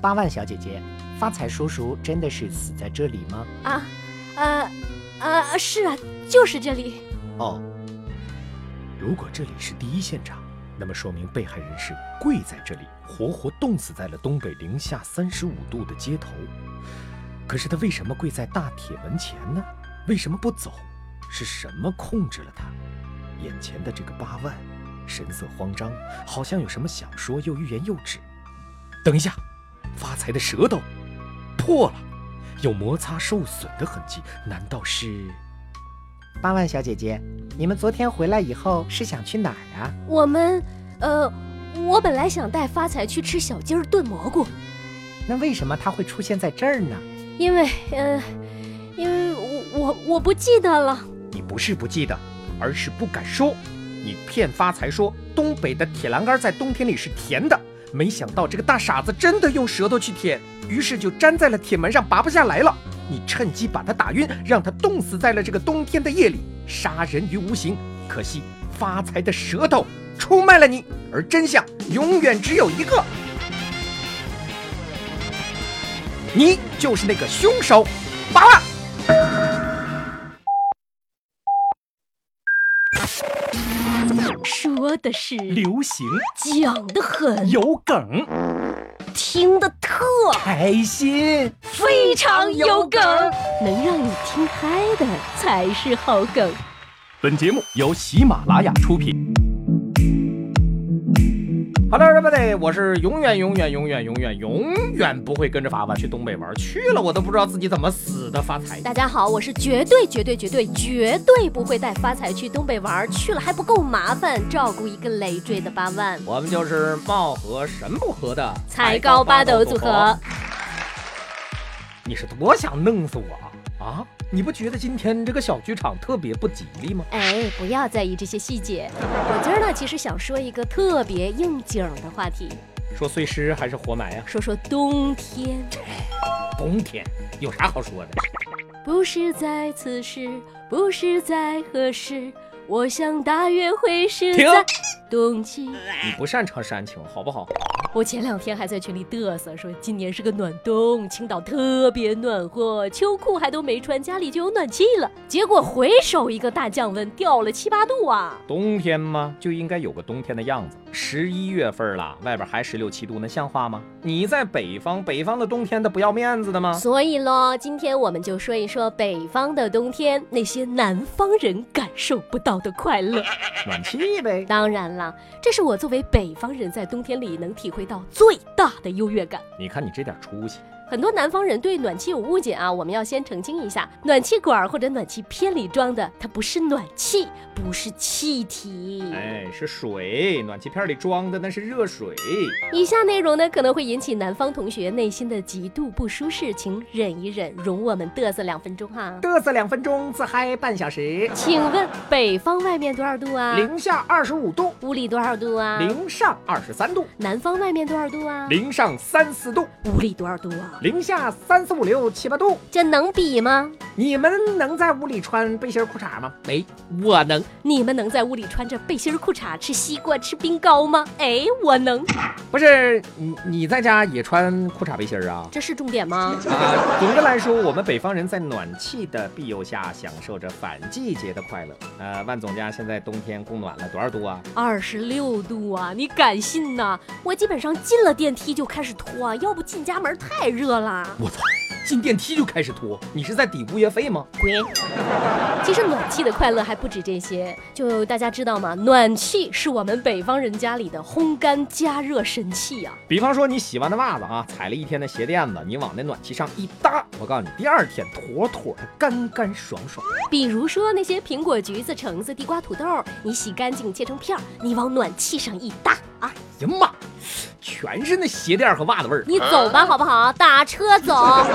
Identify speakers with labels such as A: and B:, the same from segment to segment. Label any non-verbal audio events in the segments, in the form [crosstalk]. A: 八万小姐姐，发财叔叔真的是死在这里吗？
B: 啊，呃，呃，是啊，就是这里。
A: 哦，如果这里是第一现场，那么说明被害人是跪在这里，活活冻死在了东北零下三十五度的街头。可是他为什么跪在大铁门前呢？为什么不走？是什么控制了他？眼前的这个八万，神色慌张，好像有什么想说又欲言又止。等一下，发财的舌头破了，有摩擦受损的痕迹，难道是？八万小姐姐，你们昨天回来以后是想去哪儿啊？
B: 我们，呃，我本来想带发财去吃小鸡儿炖蘑菇，
A: 那为什么它会出现在这儿呢？
B: 因为，呃，因为我我我不记得了。
A: 你不是不记得，而是不敢说。你骗发财说东北的铁栏杆在冬天里是甜的，没想到这个大傻子真的用舌头去舔，于是就粘在了铁门上，拔不下来了。你趁机把他打晕，让他冻死在了这个冬天的夜里，杀人于无形。可惜发财的舌头出卖了你，而真相永远只有一个。你就是那个凶手，八万。
B: 说的是，
A: 流行
B: 讲的很，
A: 有梗，
B: 听的特，
A: 开心。
B: 非常有梗，能让你听嗨的才是好梗。
C: 本节目由喜马拉雅出品。
A: Hello everybody，我是永远永远永远永远永远不会跟着法爸去东北玩，去了我都不知道自己怎么死的。发财，
B: 大家好，我是绝对绝对绝对绝对不会带发财去东北玩儿，去了还不够麻烦，照顾一个累赘的八万。
A: 我们就是貌合神不合的
B: 才高八斗组合。，
A: 你是多想弄死我啊啊！你不觉得今天这个小剧场特别不吉利吗？
B: 哎，不要在意这些细节。我今儿呢，其实想说一个特别应景儿的话题，
A: 说碎尸还是活埋啊？
B: 说说冬天。
A: 冬天有啥好说的？
B: 不是在此时，不是在何时，我想大约会是
A: 停
B: 在冬季。
A: 你不擅长煽情，好不好？
B: 我前两天还在群里嘚瑟说，今年是个暖冬，青岛特别暖和，秋裤还都没穿，家里就有暖气了。结果回首一个大降温，掉了七八度啊！
A: 冬天嘛，就应该有个冬天的样子。十一月份了，外边还十六七度，那像话吗？你在北方，北方的冬天的不要面子的吗？
B: 所以咯，今天我们就说一说北方的冬天，那些南方人感受不到的快乐。
A: 暖气呗。
B: 当然啦，这是我作为北方人在冬天里能体会到最大的优越感。
A: 你看你这点出息，
B: 很多南方人对暖气有误解啊，我们要先澄清一下，暖气管儿或者暖气片里装的，它不是暖气，不是气体。
A: 哎，是水，暖气片里装的那是热水。
B: 以下内容呢可能会引起南方同学内心的极度不舒适，请忍一忍，容我们嘚瑟两分钟哈、
A: 嘚瑟两分钟，自嗨半小时，
B: 请问北方外面多少度啊？
A: 零下二十五度，
B: 屋里多少度啊？
A: 零上二十三度，
B: 南方外面多少度啊？
A: 零上三四度，
B: 屋里多少度啊？
A: 零下三四五六七八度。
B: 这能比吗？
A: 你们能在屋里穿背心裤衩吗？没，我能。
B: 你们能在屋里穿着背心儿裤衩吃西瓜吃冰糕吗？哎，我能，
A: 不是你，你在家也穿裤衩背心儿啊？
B: 这是重点吗？
A: 啊，总的来说，我们北方人在暖气的庇佑下，享受着反季节的快乐。呃，万总家现在冬天供暖了多少度啊？
B: 二十六度啊，你敢信呐？我基本上进了电梯就开始脱啊，要不进家门太热了。
A: 我操，进电梯就开始脱，你是在抵物业费吗？
B: 滚！其实暖气的快乐还不止这些，就大家知道吗？暖气是我们北方人家里的烘干加热神器啊。
A: 比方说你洗完的袜子啊，踩了一天的鞋垫子，你往那暖气上一搭，我告诉你，第二天妥妥的干干爽爽。
B: 比如说那些苹果、橘子、橙子、地瓜、土豆，你洗干净切成片儿，你往暖气上一搭啊，
A: 哎呀妈，全是那鞋垫和袜子味儿。
B: 你走吧，好不好？打车走。
A: 啊，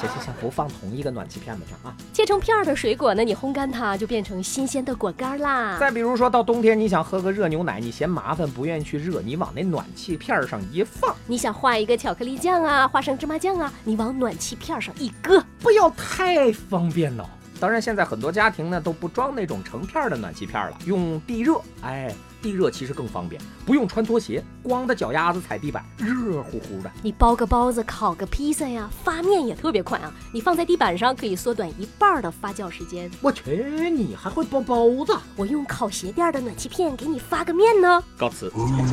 A: 行行行，都放同一个暖气片子上啊。
B: 切成片儿的水果呢，你烘干它就变成新鲜的果干儿啦。
A: 再比如说到冬天，你想喝个热牛奶，你嫌麻烦，不愿意去热，你往那暖气片儿上一放，
B: 你想画一个巧克力酱啊，画上芝麻酱啊，你往暖气片儿上一搁，
A: 不要太方便了。当然，现在很多家庭呢都不装那种成片儿的暖气片儿了，用地热，哎，地热其实更方便，不用穿拖鞋，光着脚丫子踩地板，热乎乎的。
B: 你包个包子，烤个披萨呀，发面也特别快啊！你放在地板上可以缩短一半儿的发酵时间。
A: 我去，你还会包包子？
B: 我用烤鞋垫儿的暖气片给你发个面呢。
A: 告辞。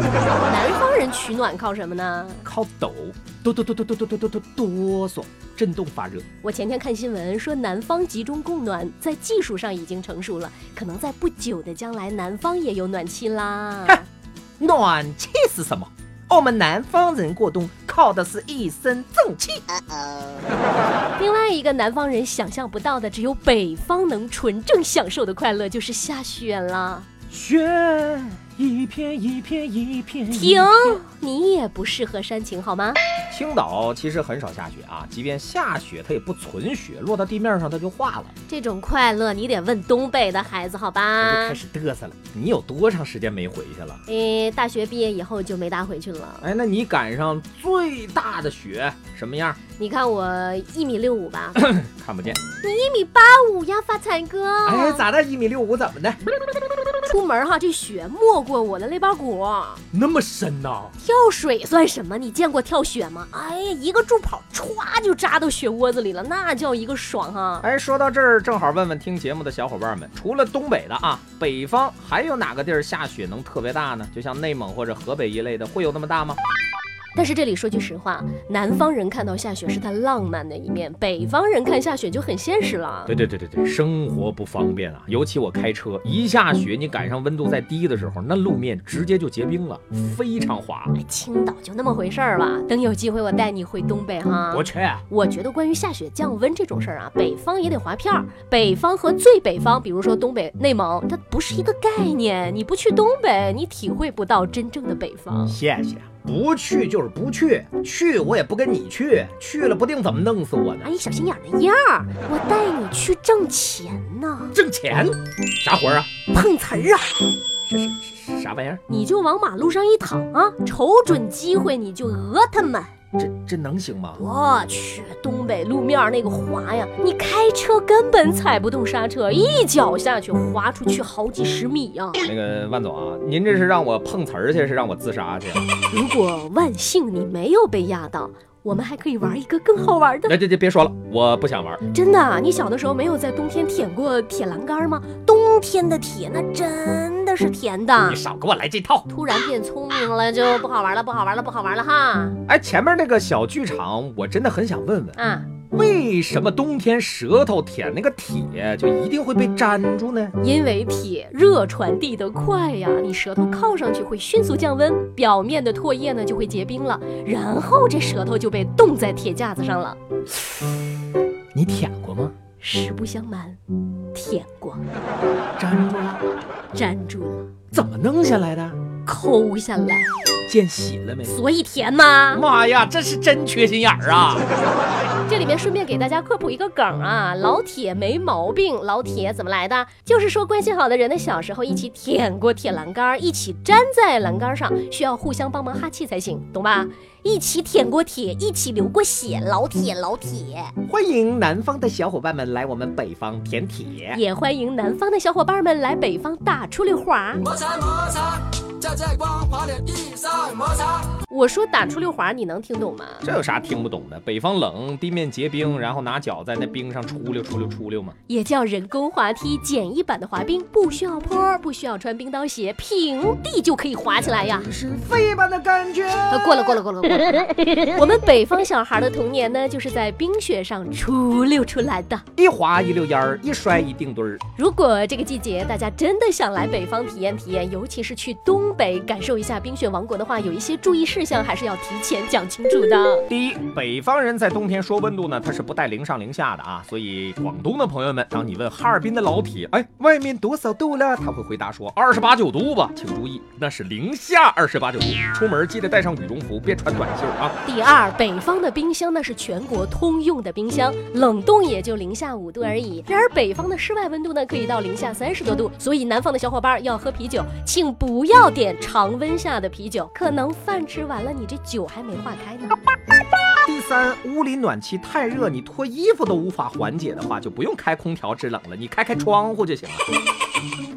B: 南方人取暖靠什么呢？
A: 靠抖，哆哆哆哆哆哆哆哆哆哆嗦，震动发热。
B: 我前天看新闻说，南方集中供暖在技术上已经成熟了，可能在不久的将来，南方也有暖气啦。 [laughs]
A: 暖气是什么？我们南方人过冬靠的是一身正气。
B: 另外一个南方人想象不到的，只有北方能纯正享受的快乐，就是下雪啦。
A: 雪一片一片一片。
B: 停，你也不适合煽情好吗？
A: 青岛其实很少下雪啊，即便下雪，它也不存雪，落到地面上它就化了。
B: 这种快乐你得问东北的孩子好
A: 我
B: 吧
A: 就开？始嘚瑟了。你有多长时间没回去了？
B: 诶，大学毕业以后就没大回去了。
A: 哎，那你赶上最大的雪什么样？
B: 你看我一米六五
A: [laughs]
B: 吧，
A: 看不见。
B: 一米八五呀，发财哥。
A: 哎，咋的？一米六五怎么的？
B: 出门哈，这雪没过我的肋巴骨。
A: 那么深呐、
B: 跳水算什么？你见过跳雪吗？哎呀，一个助跑歘就扎到雪窝子里了，那叫一个爽啊哈、
A: 哎，说到这儿，正好问问听节目的小伙伴们，除了东北的啊，北方还有哪个地儿下雪能特别大呢？就像内蒙或者河北一类的，会有那么大吗？
B: 但是这里说句实话，南方人看到下雪是他浪漫的一面，北方人看下雪就很现实了。
A: 对对对对对，生活不方便啊，尤其我开车，一下雪，你赶上温度再低的时候，那路面直接就结冰了，非常滑。
B: 哎青岛就那么回事儿吧，等有机会我带你回东北哈。
A: 我去，啊
B: 我觉得关于下雪降温这种事儿啊，北方也得划片儿。北方和最北方，比如说东北、内蒙，它不是一个概念。你不去东北，你体会不到真正的北方。
A: 谢谢。不去就是不去，去我也不跟你去，去了不定怎么弄死我呢
B: 阿。哎姨小心眼儿的样儿，我带你去挣钱呢，
A: 挣钱，啥活儿啊？
B: 碰瓷儿啊！
A: 啥啥啥玩意儿？
B: 你就往马路上一躺啊，瞅准机会你就讹他们。
A: 这这能行吗？
B: 我去，东北路面儿那个滑呀，你开车根本踩不动刹车，一脚下去滑出去好几十米呀、
A: 那个万总啊，您这是让我碰瓷儿去，是让我自杀去？
B: 如果万幸你没有被压到，我们还可以玩一个更好玩的。
A: 那这这别说了，我不想玩。
B: 真的啊，你小的时候没有在冬天舔过铁栏杆吗？冬天的铁那真的是甜的
A: 你。少给我来这套！
B: 突然变聪明了就不好玩了，不好玩了，不好玩了哈！
A: 哎，前面那个小剧场，我真的很想问问，
B: 啊，
A: 为什么冬天舌头舔那个铁就一定会被粘住呢？
B: 因为铁热传递得快呀，你舌头靠上去会迅速降温，表面的唾液呢就会结冰了，然后这舌头就被冻在铁架子上了。
A: 你舔过吗？
B: 实不相瞒，舔过，
A: 粘住了？
B: 粘住了，
A: 怎么弄下来的？
B: 抠下来，
A: 见血了没？
B: 所以甜嘛。
A: 妈呀，这是真缺心眼儿啊！
B: 这里面顺便给大家科普一个梗啊，老铁没毛病。老铁怎么来的？就是说关系好的人呢，小时候一起舔过铁栏杆，一起粘在栏杆上，需要互相帮忙哈气才行，懂吧？一起舔过铁，一起流过血，老铁老铁。
A: 欢迎南方的小伙伴们来我们北方舔铁。
B: 也欢迎南方的小伙伴们来北方打出溜滑。
D: 摩擦摩擦，加在光滑的地上摩擦。
B: 我说打出溜滑，你能听懂吗？
A: 这有啥听不懂的？北方冷，地面结冰，然后拿脚在那冰上出溜出溜出溜嘛。
B: 也叫人工滑梯，简易版的滑冰，不需要坡，不需要穿冰刀鞋，平地就可以滑起来呀。
A: 是飞吧的感觉。
B: 呃，过了过了过了过了。 [laughs] 我们北方小孩的童年呢，就是在冰雪上出溜出来的。
A: 一滑一溜烟儿，一摔一定墩儿。
B: 如果这个季节大家真的想来北方体验体验，尤其是去东北感受一下冰雪王国的话，有一些注意事项还是要提前讲清楚的。
A: 第一，北方人在冬天说温度呢，它是不带零上零下的啊。所以广东的朋友们，当你问哈尔滨的老铁，哎，外面多少度了？他会回答说二十八九度吧。请注意，那是零下二十八九度。出门记得带上羽绒服，别穿短袖啊。
B: 第二，北方的冰箱那是全国通用的冰箱，冷冻也就零下五度而已。然而北方的室外温度呢，可以到零下三十多度，所以南方的小伙伴要喝啤酒，请不要点常温下的啤酒，可能饭吃完了，你这酒还没化开呢。
A: 第三，屋里暖气太热，你脱衣服都无法缓解的话，就不用开空调制冷了，你开开窗户就行了。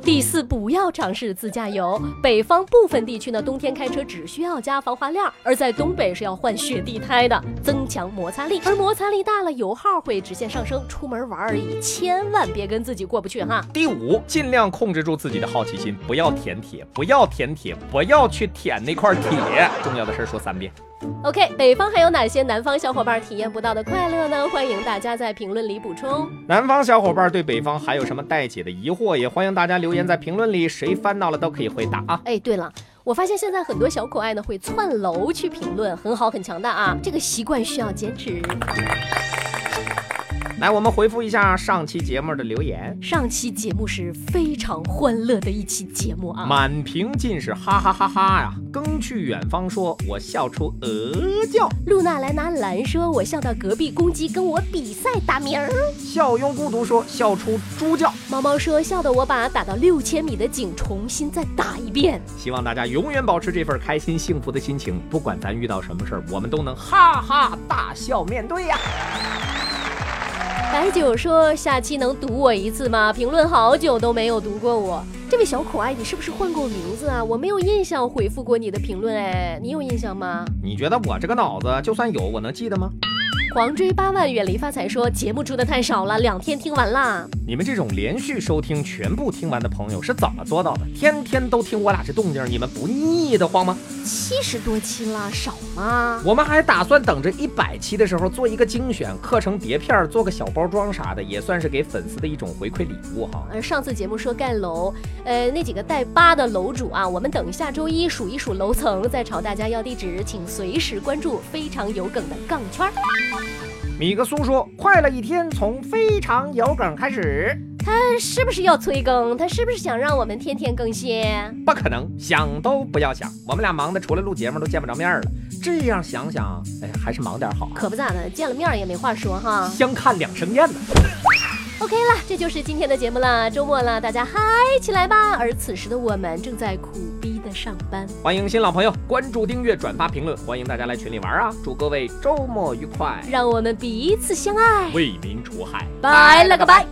B: 第四，不要尝试自驾游。北方部分地区呢，冬天开车只需要加防滑链儿，而在东北是要换雪地胎的，增强摩擦力。而摩擦力大了，油耗会直线上升。出门玩而已，千万别跟自己过不去哈。
A: 第五，尽量控制住自己的好奇心，不要舔铁，不要舔铁，不要去舔那块铁。重要的事儿说三遍。
B: OK，北方还有哪些南方小伙伴体验不到的快乐呢？欢迎大家在评论里补充。
A: 南方小伙伴对北方还有什么待解的疑惑，也欢迎大家留言在评论里，谁烦恼了都可以回答啊。
B: 哎，对了，我发现现在很多小可爱呢会窜楼去评论，很好很强大啊，这个习惯需要坚持。
A: 来，我们回复一下上期节目的留言。
B: 上期节目是非常欢乐的一期节目啊，
A: 满屏尽是哈哈哈哈呀、更去远方说，我笑出鹅叫。
B: 露娜来拿蓝说，我笑到隔壁公鸡跟我比赛打鸣儿。
A: 笑拥孤独说，笑出猪叫。
B: 猫猫说，笑得我把打到六千米的井重新再打一遍。
A: 希望大家永远保持这份开心幸福的心情，不管咱遇到什么事儿，我们都能哈哈大笑面对呀、
B: 白酒说：“下期能读我一次吗？”评论好久都没有读过我。这位小可爱，你是不是换过名字啊？我没有印象回复过你的评论，哎，你有印象吗？
A: 你觉得我这个脑子就算有，我能记得吗？
B: 黄追八万远离发财说：“节目出的太少了，两天听完啦。
A: 你们这种连续收听全部听完的朋友是怎么做到的？天天都听我俩这动静，你们不腻得慌吗？
B: 七十多期了，少吗？
A: 我们还打算等着一百期的时候做一个精选，刻成碟片儿，做个小包装啥的，也算是给粉丝的一种回馈礼物
B: [laughs]
A: 哈。
B: 而上次节目说盖楼，呃，那几个带八的楼主啊，我们等下周一数一数楼层，再朝大家要地址，请随时关注非常有梗的杠圈儿。
A: 米格苏说：“快乐一天从非常有梗开始，
B: 他是不是要催更？他是不是想让我们天天更新？”
A: 不可能，想都不要想。我们俩忙的，除了录节目都见不着面儿了。这样想想，哎，还是忙点儿好啊。
B: 可不咋的，见了面儿也没话说哈。
A: 相看两生厌呢。
B: OK 啦，这就是今天的节目啦，周末了，大家嗨起来吧！而此时的我们正在苦逼的上班，
A: 欢迎新老朋友关注、订阅、转发、评论，欢迎大家来群里玩啊！祝各位周末愉快，
B: 让我们彼此相爱，
A: 为民除害，
B: 拜了个拜。